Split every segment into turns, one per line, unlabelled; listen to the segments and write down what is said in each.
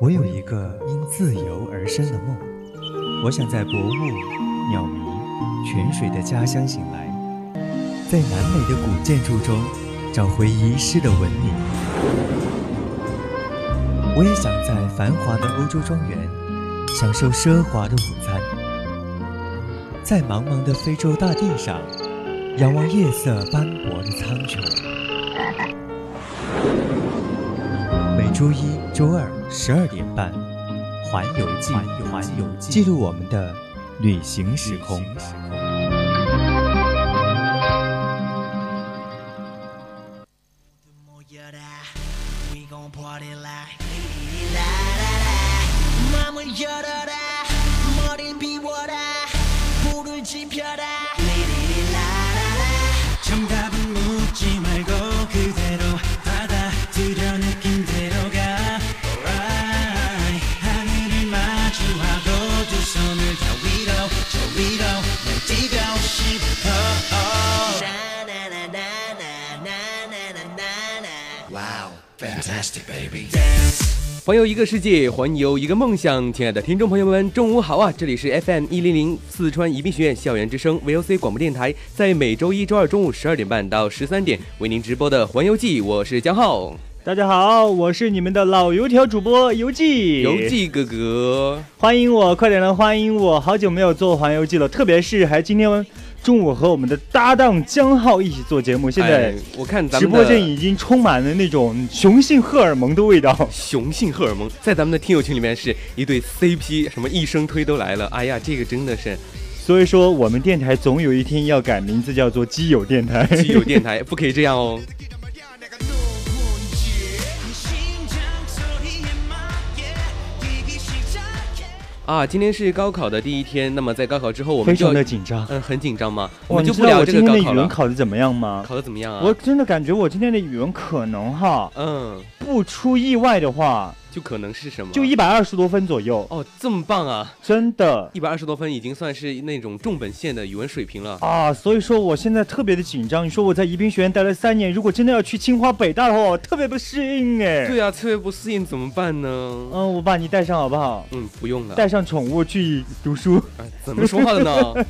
我有一个因自由而生的梦，我想在薄雾、鸟鸣、泉水的家乡醒来，在南美的古建筑中找回遗失的文明。我也想在繁华的欧洲庄园享受奢华的午餐，在茫茫的非洲大地上仰望夜色斑驳的苍穹。每周一、周二十二点半，《环游记》环游记记录我们的旅行时空。
We gon' party like la la la. 마음을 열어라. 머리를 비워라. 불을 지펴라. 라라라. 정답은 묻지 말고 그대로 받아들여 느낌대로가. Alright. 하늘을 마주하고 두 손을 다 위로 저 위로 날 뛰고 싶어. 나나나나나나나나나. Wow, fantastic, baby.
环游一个世界，环游一个梦想。亲爱的听众朋友们，中午好啊！这里是 FM 一零零四川宜宾学院校园之声 VOC 广播电台，在每周一、周二中午十二点半到十三点为您直播的《环游记》，我是江浩，
大家好，我是你们的老油条主播游记。
游，记哥哥。
欢迎我，快点来欢迎我！好久没有做环游记了，特别是还今天中午和我们的搭档江浩一起做节目，现在
哎、我看咱
直
们
播间
的
已经充满了那种雄性荷尔蒙的味道。
雄性荷尔蒙在咱们的听友群里面是一对 CP，什么一生推都来了。哎呀，这个真的 是
所以说，我们电台总有一天要改名字，叫做基友电台。
基友电台，不可以这样哦。
내가 누군지 이 심장 소리에 맞게 뛰기 시작해
啊，今天是高考的第一天，那么在高考之后，我们
非
就要
常的紧张。
嗯很紧张吗？我
哇，
们
你
就
知
不
道
聊
我
这
今
个
天
高
的
考
语文
了。
考的怎么样吗？
考的怎么样啊？
我真的感觉我今天的语文可能哈，
嗯，
不出意外的话，
就可能是什么？
就一百二十多分左右，
哦，这么棒啊！
真的。
一百二十多分已经算是那种重本线的语文水平了。
啊，所以说我现在特别的紧张。你说我在宜宾学院待了三年，如果真的要去清华北大的话，我特别不适应哎。
对啊，特别不适应怎么办呢？
嗯，我把你带上好不好？
嗯，不用了。
带上宠物去读书。
哎怎么说话的呢？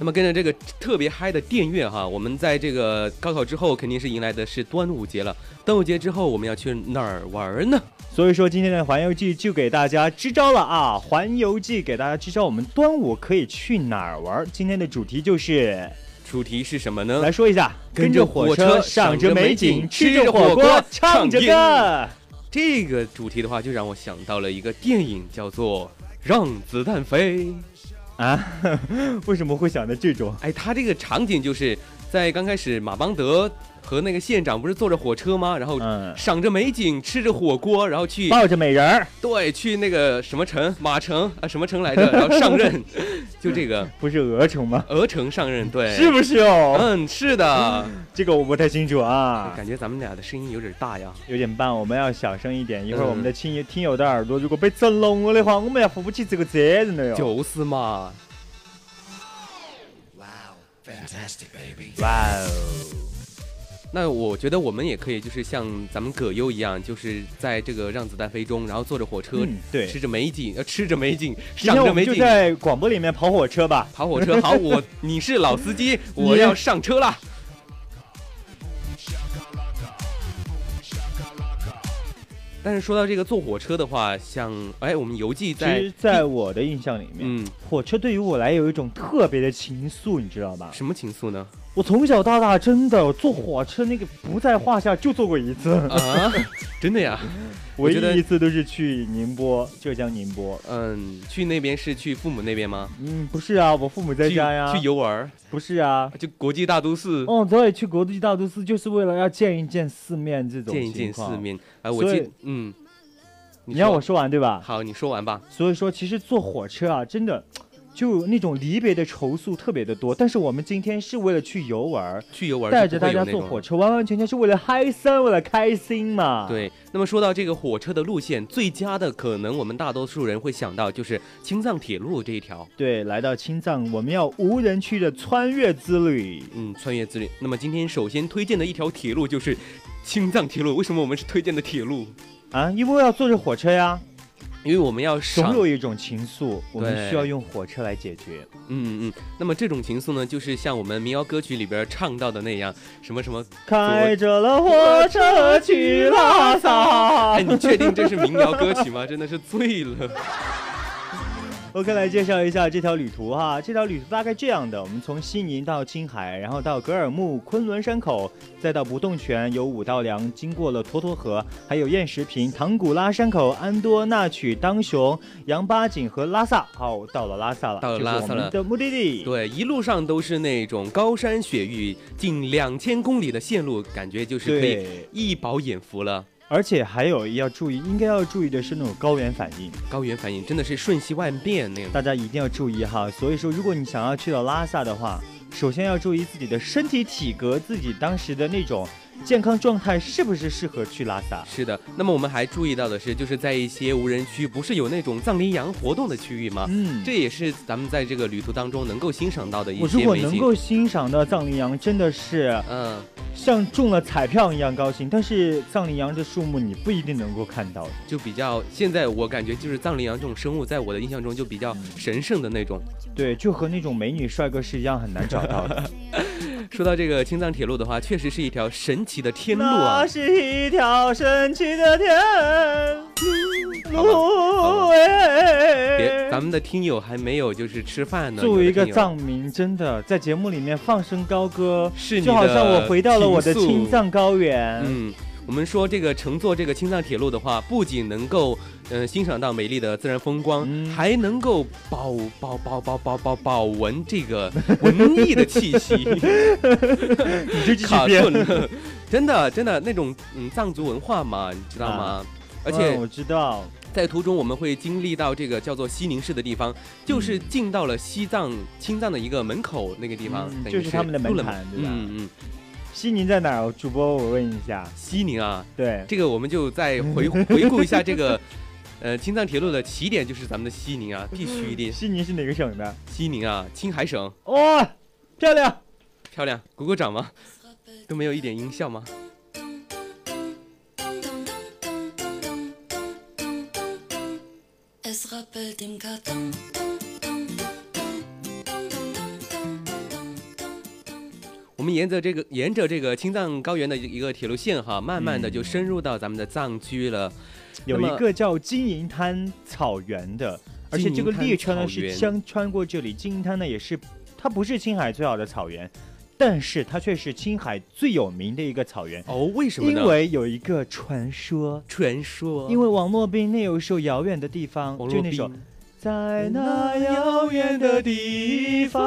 那么跟着这个特别嗨的电乐哈，我们在这个高考之后肯定是迎来的是端午节了。端午节之后我们要去哪儿玩呢？
所以说今天的环游记就给大家支招了啊！环游记给大家支招，我们端午可以去哪儿玩？今天的主题就是
主题是什么呢？
来说一下，
跟
呃跟
着
着
火
火
车
车，
赏
赏
着
着
美
美
景
景，
吃
吃
着
着
火
火
锅
锅，
唱
唱着
着
歌。
这个主题的话，就让我想到了一个电影，叫做《让子弹飞》。
啊， 为什么会想到这种？
哎，它这个场景就是在刚开始，马邦德和那个县长不是坐着火车吗？然后
嗯，
赏着美景，吃着火锅，然后去
抱着美人儿，
对去那个什么城，马城啊什么城来着？然后上 任，就这个
不是鹅城吗？
鹅城上任，对，
是不是哦？
嗯，是的，
这个我不太清楚啊，
感觉咱们俩的声音有点大呀。
有点半，我们要小声一点。一会儿
嗯
我们的亲友听友的耳朵如果被震聋了的话，我们要负不起这个责任的哟。
就是嘛，
Wow, fantastic, baby.
哇哦，
那我觉得我们也可以，就是像咱们葛优一样，就是在这个《让子弹飞》中，然后坐着火车，
嗯，对，
吃着美景，呃，吃着美景，
今
赏
天
着
我们
美
就
景，
在广播里面跑火车吧。
跑火车。好， 我你是老司机，我要上车啦。但是说到这个坐火车的话，像哎，我们游记
其
在
实，在我的印象里面，
嗯，
火车对于我来有一种特别的情愫，你知道吧？
什么情愫呢？
我从小到大真的坐火车那个不在话下，就坐过一次，
啊， 真的呀？我
唯
觉得
一一次都是去宁波，浙江宁波。
嗯，去那边是去父母那边吗？
嗯，不是啊，我父母在
去
家呀。
去游玩儿，
不是啊，
就国际大都市
哦，对，去国际大都市就是为了要见一见世面这种
见一见
情
世
况。
面。哎，我
所以
记，嗯，
你让
说
我说完对吧？
好，你说完吧。
所以说，其实坐火车啊，真的就那种离别的愁诉特别的多。但是我们今天是为了去游玩儿，
去游玩
带
儿
着
是不
大
会有
家
那
坐
种。
火车，啊完完全全是为了嗨森，为了开心嘛。，
对，那么说到这个火车的路线，最佳的可能我们大多数人会想到就是青藏铁路这一条，
对，来到青藏，我们要无人区的穿越之旅。
嗯，穿越之旅。那么今天首先推荐的一条铁路就是青藏铁路，为什么我们是推荐的铁路？
啊，因为要坐着火车呀，
因为我们要赏
总有一种情愫，我们
对
需要用火车来解决。
嗯嗯嗯。那么这种情愫呢，就是像我们民谣歌曲里边唱到的那样，什么什 么。
开着了火车去拉萨
哎，。你确定这是民谣歌曲吗？真的是醉了。
OK，来介绍一下这条旅途哈。这条旅途大概这样的：我们从西宁到青海，然后到格尔木、昆仑山口，再到不动泉，有武道梁，经过了沱沱河，还有燕石坪、唐古拉山口、安多那曲、当雄、羊八井和拉萨。好，到了拉萨了，
到了
这是
拉萨
我们
了
的目的地。
对，一路上都是那种高山雪域，近两千公里的线路，感觉就是可以
对，
一饱眼福了。
而且还有要注意，应该要注意的是那种高原反应，
高原反应真的是瞬息万变那种。
大家一定要注意哈。所以说，如果你想要去到拉萨的话，首先要注意自己的身体体格，自己当时的那种健康状态是不是适合去拉萨。
是的，那么我们还注意到的是，就是在一些无人区，不是有那种藏羚羊活动的区域吗？
嗯，
这也是咱们在这个旅途当中能够欣赏到的一
我如
些
果
美
能
景。
够欣赏到藏羚羊，真的是
嗯，
像中了彩票一样高兴。但是藏羚羊这数目你不一定能够看 到的。
就比较现在我感觉就是藏羚羊这种生物，在我的印象中就比
嗯
较神圣的那种。
对，就和那种美女帅哥是一样很难找 到的。
说到这个青藏铁路的话，确实是一条神奇的天路啊
那！是一条神奇的天
好吧好
路
吧别，
哎。
咱们的听友还没有就是吃饭呢。
作为一个
有的听友
藏民，真的在节目里面放声高歌，
是你
就好像我回到了我的
情愫
青藏高原。
嗯，我们说这个乘坐这个青藏铁路的话，不仅能够嗯、呃欣赏到美丽的自然风光，
嗯
还能够保保保保保保保闻这个文艺的气 息，
你就继续
卡
编
顿了，真的真的那种嗯藏族文化嘛，你知道吗？ 而
嗯
且
我知道，
在途中我们会经历到这个叫做西宁市的地方，
嗯
就是进到了西藏青藏的一个门口那个地方，
嗯
等于
就是他们的门
入了
槛对吧
嗯嗯，
西宁在哪儿？主播，我问一下。
西宁啊，
对，
这个我们就再回回顾一下这 个，呃，青藏铁路的起点就是咱们的西宁啊，
嗯
必须的
西宁是哪个省的？
西宁啊，青海省，
哇、漂亮！
漂亮，鼓鼓掌吗？都没有一点音效吗？
Elle se rappelle d'Imkaton.
我们沿着这个沿着这个青藏高原的一个铁路线哈，慢慢的就深入到咱们的藏区了。
有
那
一
么
个叫金银滩草原的，而且这个列车
金银滩草
呢是
原
相穿过这里。金银滩呢也是，它不是青海最好的草原，但是它却是青海最有名的一个草原，
哦，为什么
因
呢？
为有一个传说。
传说，
因为王洛宾那有一首遥远的地方，
王
就
洛
那首
宾
在那遥远的地方，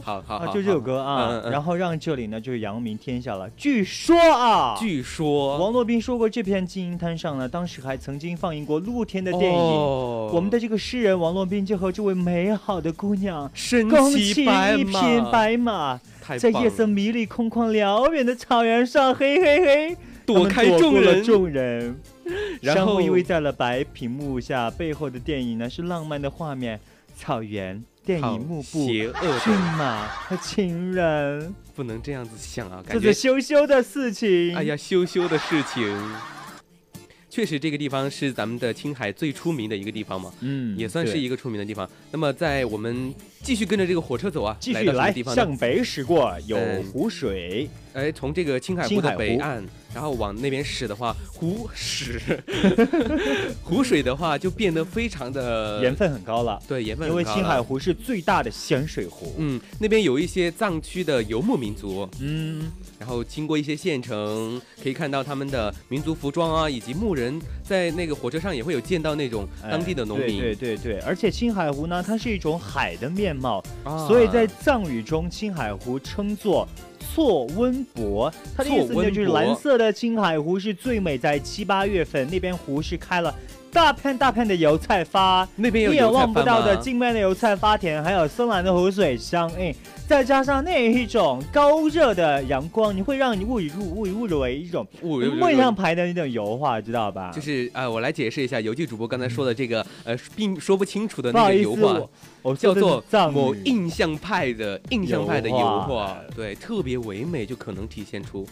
好好好，
啊，就这首歌
好
啊
嗯，嗯
然后让这里呢就是扬名天下了。据说啊，
据说
王洛宾说过，这片金银滩上呢，当时还曾经放映过露天的电影。
哦
我们的这个诗人王洛宾就和这位美好的姑娘
身
共骑
骑
一匹
马，
白马，
太
在
棒
夜色
了
迷离、空旷、辽远的草原上，嘿嘿嘿，
躲开
他们躲
众
过了
人，
众人。
然
相
后
互依偎在了白屏幕下，背后的电影呢是浪漫的画面、草原、电
好
影幕布、
邪恶的
骏马和情人，
不能这样子想啊，
这
感觉
是羞羞的事情。
哎呀羞羞的事情。确实，这个地方是咱们的青海最出名的一个地方嘛，
嗯
也算是
对
一个出名的地方。那么，在我们继续跟着这个火车走啊，
继
来
续
到什么
来
地方呢？
向北驶过，有
嗯
湖水，
哎，从这个青海湖
青海
的
湖
北岸，然后往那边驶的话，湖驶 湖水的话就变得非常的
盐分很高了，
对盐嗯分
因
很
为
高
青海
了
湖是最大的咸水湖。
嗯，那边有一些藏区的游牧民族，
嗯，
然后经过一些县城，可以看到他们的民族服装啊，以及牧人在那个火车上也会有见到那种
哎
当地的农民，
对对对对，而且青海湖呢，它是一种海的面貌，
啊
所以在藏语中，青海湖称作错温博，它的意思
错
呢
温博
就是蓝色的青海湖是最美，在七八月份那边湖是开了大片大片的油菜花，
那边有
一
油
眼
菜
望不
饭
到的
吗
静脉的油菜花田，还有深蓝的湖水相映。再加上那一种高热的阳光，你会让你误以入误以误以为一种
哦有有有
梦上排的那种油画，知道吧？
就是啊、呃我来解释一下游记主播刚才说的这个呃，并说不清楚的
不好
那个
意思，
油画
我，我
叫
说的是
做
藏
某
语
印象派的印象派的油
油
画，
画
对，特别唯美，就可能体现出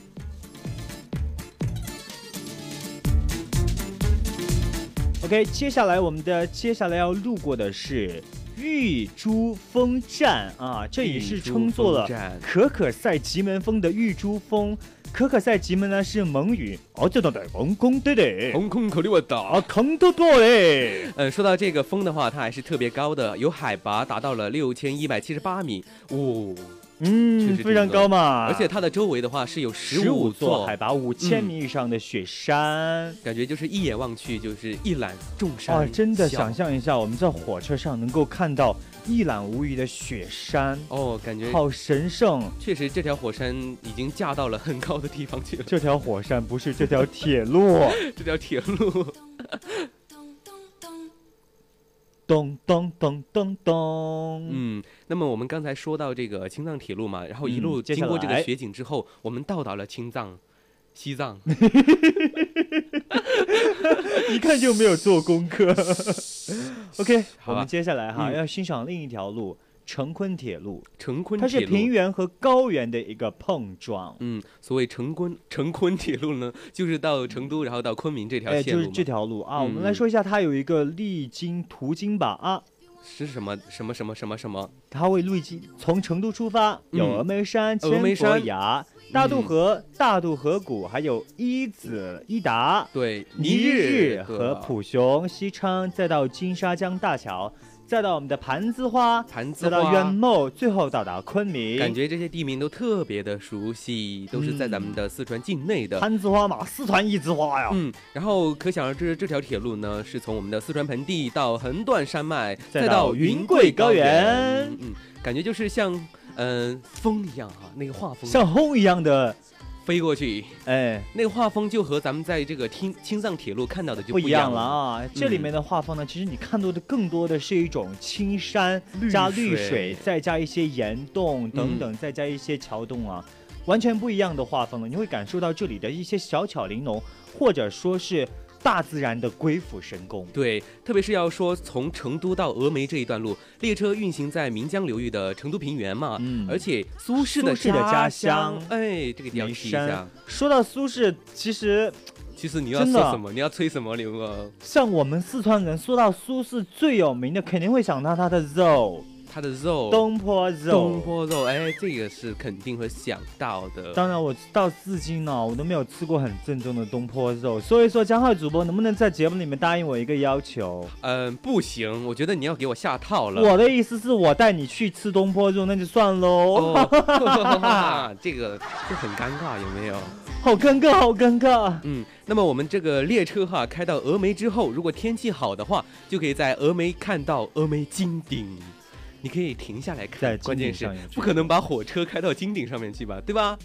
OK，接下来我们的接下来要路过的是玉珠峰站啊，这也是
玉
称作
珠峰
了
站
可可赛吉门峰的玉珠峰。可可赛吉门呢是蒙语，哦，这对红空对对，
红空口溜我
啊，
倒。
坑多多嘞。
嗯，说到这个峰的话，它还是特别高的，有海拔达到了六千一百七十八米，哦，
嗯，
确实
非常
挺高
高嘛，
而且它的周围的话是有十
啊十
五
五座
座
海，拔五千
嗯
米以上的雪山。
感觉就是一眼望去就是一览众山小。
哦，真的想象一下，我们在火车上能够看到一览无余的雪山，
哦，感觉
好神圣！
确实这条火山已经架到了很高的地方去了，
这条火山不是这条铁路，
这条铁路。
咚咚咚，
咚咚咚咚咚。
嗯，那么我们刚才说到这个青藏铁路嘛，然后一
嗯
路
接下
经过这个
来
雪景之后，我们到达了青藏、西藏。
一看就没有做 功课。OK，
好吧
我们接下来哈、
嗯
要欣赏另一条路——成昆铁路，
成昆
它是
铁
平
路。
原和高原的一个碰撞。
嗯，所谓成昆 成昆铁路呢，就是到成都，然后到昆明这条
哎，
线
就
路
是
嘛。
这条路啊，我们
嗯
来说一下，它有一个历经途经吧啊，
是什么什么什么什么什么？
它会路经从成都出发，有
嗯
峨眉山、
峨眉
千佛
山
崖、大渡
嗯
河、大渡河谷，还有一子、一达、
对，
尼
日
日和普雄、西昌，再到金沙江大桥，再到我们的盘子花，
盘
再
子
到元
花。
谋，最后到达昆明。
感觉这些地名都特别的熟悉，都是在咱们
嗯
的四川境内的。
盘子花嘛，四团一枝花呀。
嗯，然后可想而知，这条铁路呢，是从我们的四川盆地到横断山脉，
再
再
到
到
云
云
贵
贵
高
高
原
原。嗯，感觉就是像嗯、风一样哈、那个画风
像轰一样的，
飞过去，
哎，
那个画风就和咱们在这个青青藏铁路看到的就
不一
一
样
样
了
了。
啊！这里面的画风呢，其实你看到的更多的是一种青山
绿
加绿水嗯
水，
再加一些岩洞等等，再加一些桥洞啊，完全不一样的画风啊了。你会感受到这里的一些小巧玲珑，或者说是大自然的鬼斧神工。
对，特别是要说从成都到峨眉这一段路，列车运行在岷江流域的成都平原嘛，
嗯
而且苏轼
苏
的
轼的家乡
哎，这个地方
眉
提一
山
下。
说到苏轼，其实
其实你要
真
说
的
什么，你要吹什么牛啊？
像我们四川人，说到苏轼最有名的，肯定会想到他的肉，
它的肉，
东坡肉。
哦东坡肉，哎，这个是肯定会想到的。
当然，我到至今呢，我都没有吃过很正宗的东坡肉，所以说江浩主播能不能在节目里面答应我一个要求？
嗯、不行，我觉得你要给我下套了。
我的意思是我带你去吃东坡肉，那就算喽，
哦，这个就很尴尬，有没有？
好尴尬，好尴尬。
嗯，那么我们这个列车哈开到峨眉之后，如果天气好的话，就可以在峨眉看到峨眉金顶。你可以停下来
在
看，
金
关键
顶
是
上有
不可能把火车开到金顶上面去吧，对吧？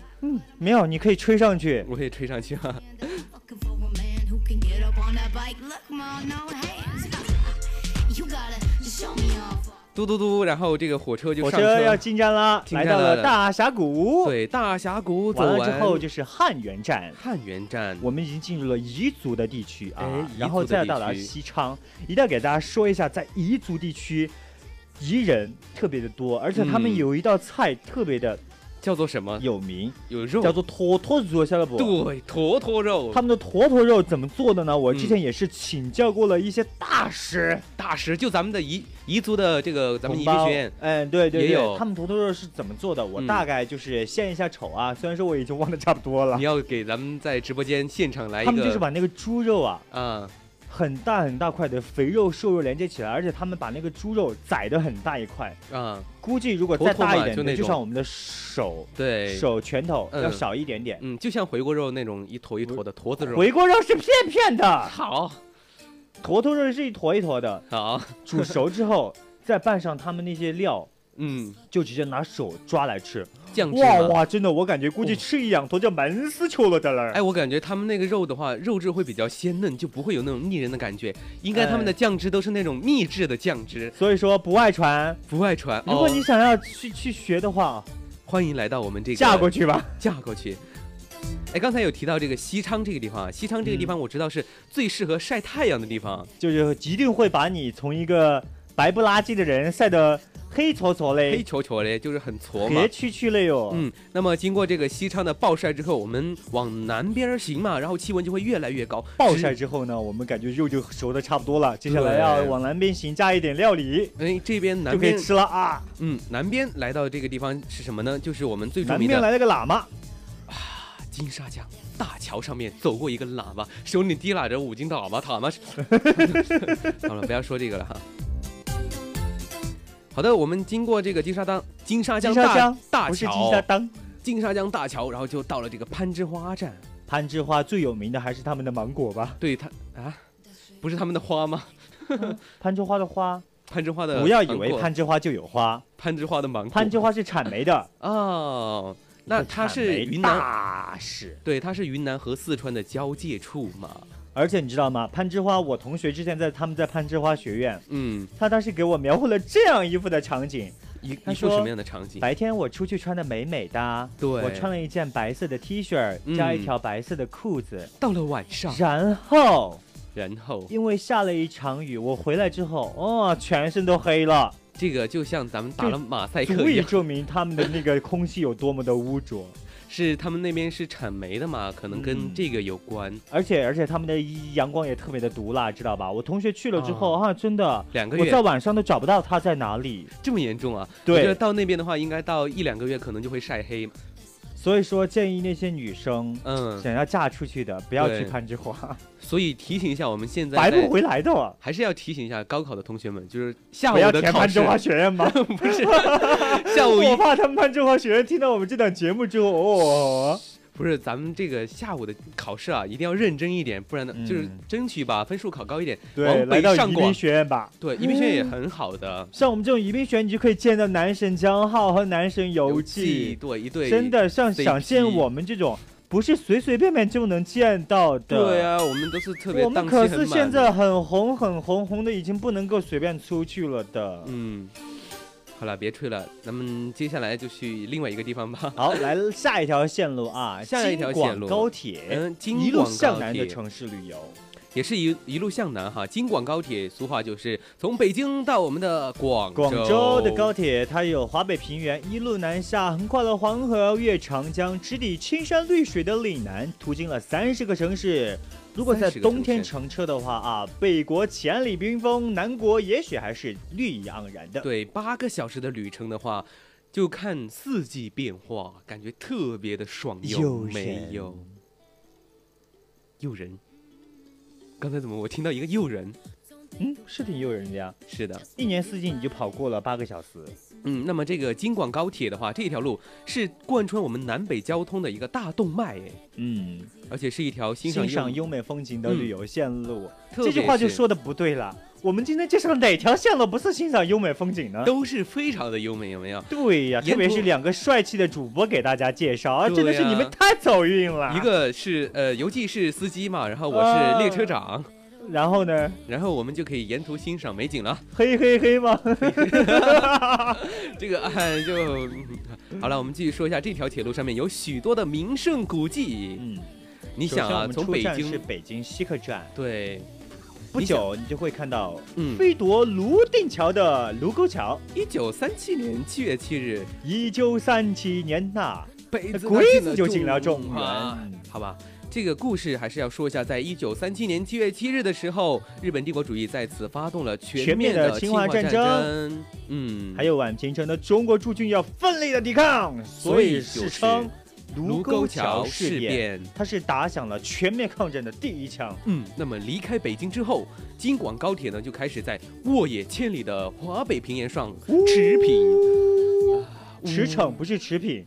没有，你可以吹上去。
我可以吹上去啊哈、
Looking for a man who can get up on that bike. Look, ma, no hands. You gotta just show me off.
嘟嘟嘟，然后这个火车就
火
上
车要进站啦，
进
来
站
到
了
了大峡谷。，
对大峡谷走
完了
完
之后就是汉源站。
汉源站，
我们已经进入了彝族的地区啊
哎彝族，
然后
的
再
地
到达
区
西昌，一定要给大家说一下，在彝族地区，彝人特别的多，而且他们
嗯
有一道菜特别的
叫做什么？
有名，
有嗯肉
叫做坨坨肉，晓得不？
对，坨坨肉，
他们的坨坨肉怎么做的呢？我之
嗯
前也是请教过了一些大师，
大师就咱们的彝彝族的这嗯个咱们彝
同
族
胞
学院，，
嗯，对对
也
对，
有
他们坨坨肉是怎么做的？我
嗯
大概就是献一下丑啊，虽然说我已经忘得差不多了
你。要给咱们在直播间现场来一
他们就是
个
把那个猪肉啊，
啊，
很大很大块的肥肉瘦肉连接起来，而且他们把那个猪肉宰得很大一块，
啊，
估计如果
坨
再
坨
大一
嘛
点
就
的，
那
就像
种
我们的手
对，
手拳头
嗯
要小一点点。
嗯，就像回锅肉那种一坨一坨的坨子肉，
回锅肉是片片的，
好
坨坨肉是一坨一坨的，
好，
煮熟之后再拌上他们那些料，
嗯，
就直接拿手抓来吃。
酱汁
哇
嘛
哇，真的，我感觉估计
哦
吃一两坨就闷死球了的了。
哎，我感觉他们那个肉的话，肉质会比较鲜嫩，就不会有那种腻人的感觉。应该他们的
哎
酱汁都是那种秘制的酱汁，
所以说不外传，
不外传。
哎如果
哦
你想要去去学的话，
欢迎来到我们这个
嫁过去吧。
嫁过去。哎，刚才有提到这个西昌这个地方啊，西昌这个地方我知道是最适合晒太阳的地方。
就是一定会把你从一个白不拉几的人晒得黑搓搓
黑
嘞，
球球嘞，就是很矬嘛
别。去去了哟。
嗯，那么经过这个西昌的暴晒之后，我们往南边儿行嘛，然后气温就会越来越高。
暴
直
晒之后呢，我们感觉肉就熟的差不多了，接下来要
对
往南边行，加一点料理
哎，这边南
就可以
边，
吃了啊。
嗯，南边来到这个地方是什么呢？就是我们最著
南
名
边
的
来了个喇嘛，
金沙江大桥上面走过一个喇嘛，手里提拉着五斤的喇嘛塔嘛。 好了，不要说这个了哈。好的，我们经过这个金沙当金沙江
金
大
沙江
大
不是
桥，
金沙当。
金沙江大桥，然后就到了这个攀枝花站。
攀枝花最有名的还是他们的芒果吧？
对它啊，不是他们的花吗？
攀枝花的花，
攀枝花的
不要以
呃芒
为
果
攀枝花就有花，
攀枝花的芒果
攀枝花是产煤的。
哦，那它
产
是
煤
云南，
大事。
对，它是云南和四川的交界处嘛。
而且你知道吗？攀枝花，我同学之前在他们在攀枝花学院，
嗯，
他当时给我描绘了这样一幅的场景：
一
他
一副
说
什么样的场景？
白天我出去穿的美美的，
对
我穿了一件白色的 T 恤，
嗯
加一条白色的裤子，
到了晚上，
然后
然后
因为下了一场雨，我回来之后，哦，全身都黑了，
这个就像咱们打了马赛克
足
一
以
样，
证明他们的那个空气有多么的污浊。
是他们那边是产煤的嘛，可能跟
嗯
这个有关。
而且而且他们的阳光也特别的毒辣，知道吧？我同学去了之后啊真的，
两个
我
月
在晚上都找不到他在哪里。
这么严重啊？
对
我觉得到那边的话，应该到一两个月可能就会晒黑。
所以说，建议那些女生
嗯，
想要嫁出去的，不要
对
去攀枝花，
所以提醒一下，我们现在
白
在
不回来的。
还是要提醒一下高考的同学们，就是下午
不要
的
填
考
攀
试
枝花学院吗？
不是下午
我
一
怕他们攀枝花学院听到我们这档节目之后，哦，
不是咱们这个下午的考试啊，一定要认真一点，不然呢、
嗯
就是争取把分数考高一点，
对，
往
来
北
到
上
宜
广
宾。学院吧。
对，宜宾学院也很好的，
像我们这种宜宾学院，你就可以见到男神江浩和男神
有
游
记
记，
对一对，
嗯真的像
CP
想见我们这种不是随随便便就能见到的。
对啊，我们都是特别
我
档
们
期
可
很
是
满
现
的
在很红很红红的，已经不能够随便出去了的。
嗯，好了，别吹了，咱们接下来就去另外一个地方吧。
好，来下一条线路啊，
下一条
京广
线路
高铁，
嗯，京
一路
广
向
高
南的
铁
城市旅游。
也是一一路向南哈。京广高铁，俗话就是从北京到我们的广
广州的高铁，它有华北平原一路南下，横跨了黄河、越长江，直抵青山绿水的岭南，途经了三十个城市。如果在
30个
冬天
城市
乘车的话啊，北国千里冰封，南国也许还是绿意盎然的。
对八个小时的旅程的话，就看四季变化，感觉特别的爽，有
诱
没
人
有？诱人。刚才怎么我听到一个诱人？
嗯，是挺诱人的呀，
是的，
一年四季你就跑过了八个小时。
嗯，那么这个京广高铁的话，这条路是贯穿我们南北交通的一个大动脉，哎，
嗯，
而且是一条欣赏
欣赏
优
优美风景的
嗯
旅游线路，
特
这句
别
话就是说的不对了。我们今天介绍的哪条线路不是欣赏优美风景呢？
都是非常的优美，有没有？
对呀、
沿
特别是
途
两个帅气的主播给大家介绍，啊，
对
真的是你
呀
们太走运了。
一，个是呃邮寄是司机嘛，然后我是列车长，
然后呢，
然后我们就可以沿途欣赏美景了。
嘿嘿嘿嘛，
这个案就嗯好了，我们继续说一下这条铁路上面有许多的名胜古迹。
嗯，
你
首
想
先我
啊，
们
从
出
北
站是
京
北京西客站，
对，
不
你想
久你就会看到
嗯，
飞夺泸定桥的卢沟桥。
一九三七年七月七日，
一九三七年呐、
北子
鬼子就
进
进
了
了中
华
原
好吧。这个故事还是要说一下，在一九三七年七月七日的时候，日本帝国主义在此发动了全
全
面
面的
的
侵
华
华
战
战
争。嗯，
还有宛平城的中国驻军要奋力的抵抗，所以
所以就
史
是
称
卢
卢
沟
沟
桥
桥
事
事变。
变。
它是打响了全面抗战的第一枪。
嗯，那么离开北京之后，京广高铁呢就开始在沃野千里的华北平原上驰骋。
驰骋不是驰骋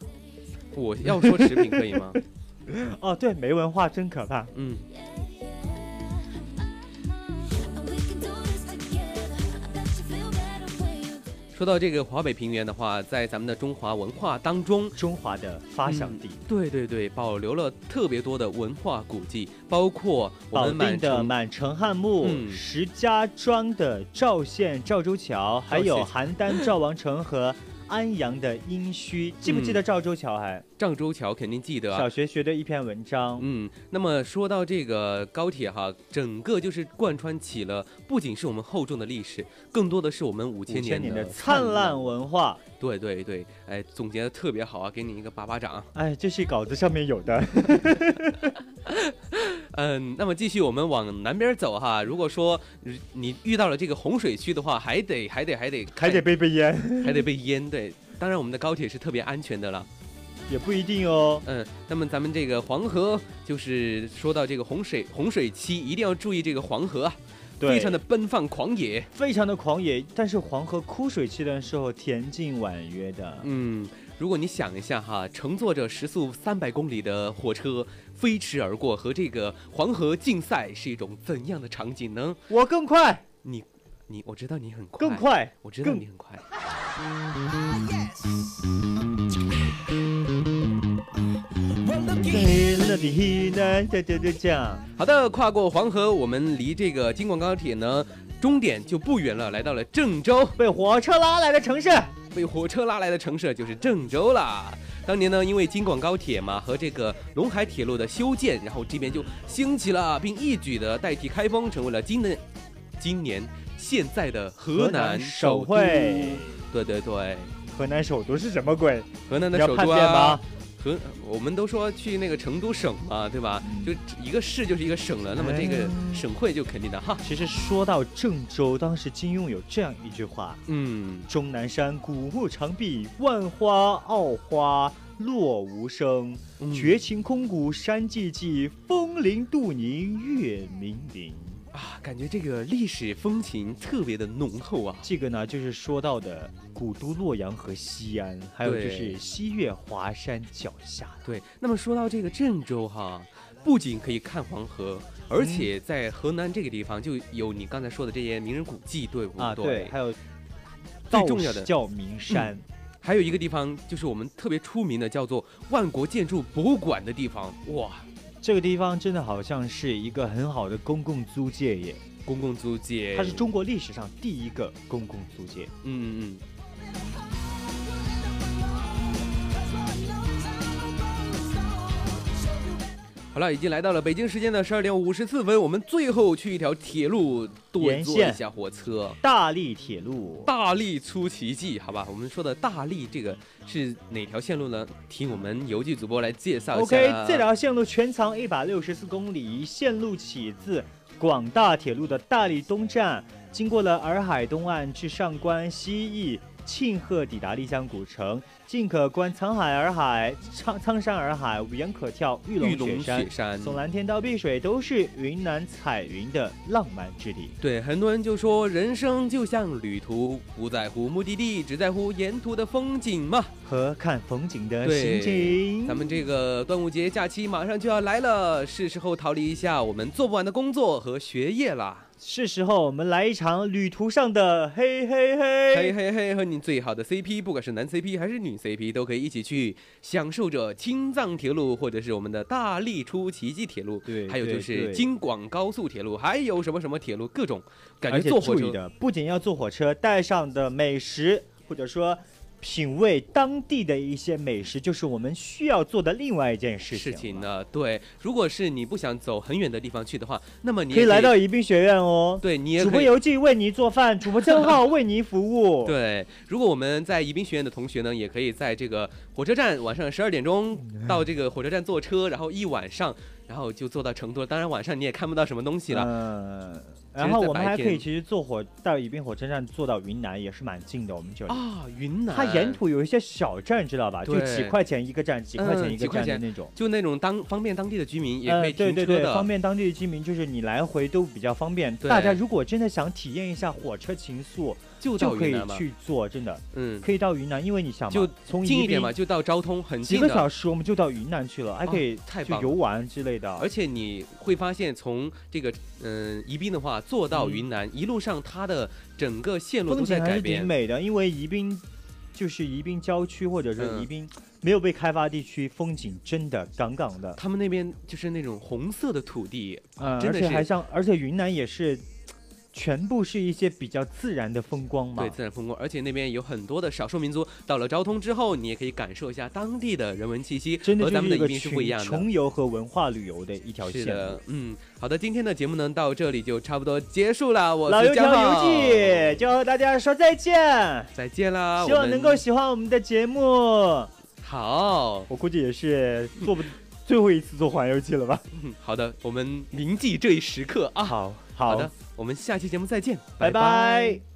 我要说驰骋可以吗？
哦，对，没文化真可怕。
嗯，说到这个华北平原的话，在咱们的中华文化当中。
中华的发
嗯
祥地，
对对对，保留了特别多的文化古迹，包括我
保
们满
定的
城
满城汉墓、
嗯
石家庄的赵县赵州桥，还有
县
邯郸赵王城和安阳的殷墟，记不记得赵州桥还？
郑州桥肯定记得嗯啊
小。学学的一篇文章。
嗯，那么说到这个高铁哈，整个就是贯穿起了，不仅是我们厚重的历史，更多的是我们五
五
千
千年
的
的灿烂
烂。
文化，
对对对，哎，总结的特别好啊，给你一个巴巴掌。
哎，这是稿子上面 有的。
嗯，那么继续我们往南边走哈。如果说呃你遇到了这个洪水区的话，还得还得还得
还得背背烟，
还得被淹。对，当然我们的高铁是特别安全的了。
也不一定哦。
嗯，那么咱们这个黄河，就是说到这个洪水洪水期，一定要注意这个黄河啊，
对，
非常的奔放狂野。
非常的狂野，但是黄河枯水期的时候，恬静婉约的。
嗯，如果你想一下哈，乘坐着时速三百公里的火车飞驰而过，和这个黄河竞赛是一种怎样的场景呢？
我更快，
你你，我知道你很快，
更，快，
我知道
更
你很快。
黑了的黑呢，这这这这样。
好的，跨过黄河，我们离这个京广高铁呢终点就不远了，来到了郑州。
被火车拉来的城市，
被火车拉来的城市就是郑州啦。当年呢，因为京广高铁嘛和这个陇海铁路的修建，然后这边就兴起了，并一举的代替开封，成为了今年今年现在的河南首都。
会。
对对对，
河南首都是什么鬼？
河南的
你要
首
叛
都
变吗
啊。？河，我们都说去那个成都省嘛，对吧？就一个市就是一个省了，那么这个省会就肯定的哈。
其实说到郑州，当时金庸有这样一句话：
嗯，
终南山古木长壁，万花傲花落无声。
嗯
绝情空谷山寂寂，风铃度宁月明明。
啊，感觉这个历史风情特别的浓厚啊。
这个呢，就是说到的古都洛阳和西安，还有就
对
是西岳华山脚下。
对，那么说到这个郑州哈，不仅可以看黄河，而且在河南这个地方就有你刚才说的这些名人古迹，哦对不
啊，对，还有
最重要的
道士叫名山，
还有一个地方就是我们特别出名的，叫做万国建筑博物馆的地方。哇，
这个地方真的好像是一个很好的公共租界耶，
公共租界，
它是中国历史上第一个公共租界。
嗯嗯嗯。好了，已经来到了北京时间的十二点五十四分，我们最后去一条铁路
沿
对坐一
线
下火车。
大荔铁路，
大力出奇迹，好吧？我们说的大力这个是哪条线路呢？听我们游记主播来介绍一下。
OK，这条线路全长一百六十四公里，线路起自广大铁路的大荔东站，经过了洱海东岸至上关、西翼、庆贺，抵达丽江古城。进可观沧海洱海、苍苍山洱海，无岩可跳玉
玉
龙
龙
雪山
雪、山。
耸蓝天到碧水，都是云南彩云的浪漫之地。
对，很多人就说人生就像旅途，不在乎目的地，只在乎沿途的风景嘛。
和看风景的
对
心情。
咱们这个端午节假期马上就要来了，是时候逃离一下我们做不完的工作和学业啦。
是时候我们来一场旅途上的嘿嘿嘿。
嘿嘿嘿，和你最好的 CP，不管是男 CP 还是女 CP，都可以一起去享受着青藏铁路，或者是我们的大力出奇迹铁路，
对
还有就
对
是
对
京广高速铁路，还有什么什么铁路，各种感
而
觉
且
坐火
注意
车，
的，不仅要坐火车，带上的美食或者说品味当地的一些美食，就是我们需要做的另外一件事情
事
了。
情呢，对，如果是你不想走很远的地方去的话，那么你
可以
也
来到，宜宾学院哦。
对你也
主播
可以。
游记为您做饭，主播郑浩为您服务。，
对，如果我们在宜宾学院的同学呢，也可以在这个火车站晚上十二点 钟到这个火车站坐车，然后一晚上，然后就坐到成都。当然晚上你也看不到什么东西了，
嗯、
其实
然后
在
我们
白
还可
天
以其实坐火到宜宾火车站坐到云南，也是蛮近的。我们这里，
啊，云南，
它沿途有一些小站，知道吧？就
对
几块钱一个站，几块
嗯
钱一
几
个
块
站的
钱
那种。
就那种当方便当地的居民也可以
呃、对
停
对
车的，
对，方便当地的居民，就是你来回都比较方便。
对
大家如果真的想体验一下火车情速，
就
就
到
可
云
以
南嘛，
去坐，真的
嗯，
可以到云南，因为你想嘛，
就
从
近
宜
一点
宾
嘛，就到昭通，很
几
近
个
的。哦
小时我们就到云南去了，还可以
太
去
棒了
游玩之类的。
而且你会发现，从这个嗯、宜宾的话坐到云南，一路上它的整个线路
嗯风
都
景
在
还
改
是挺
变。
美的，因为宜宾就是宜宾郊区或者是
嗯
宜宾没有被开发地区，风景真的杠杠的。
他们那边就是那种红色的土地，
嗯，
真
而
的
且还
是
像，而且云南也是全部是一些比较自然的风光嘛。
对，自然风光，而且那边有很多的少数民族。到了昭通之后，你也可以感受一下当地的人文气息，
真的
和
就
咱们的
是一个
一定是不一
穷
样的。
穷游和文化旅游的一条
是
线路
的。，嗯，好的，今天的节目呢到这里就差不多结束了。我
老油
是江
条游
浩，
记就和大家说再见，
再见啦！
希
哦啊我
望
们
能够喜欢我们的节目。我
好、
估计也是做不最后一次做环游记了吧？
嗯好的，我们铭记这一时刻啊。
好
好
好
的，我们下期节目再见，拜
拜拜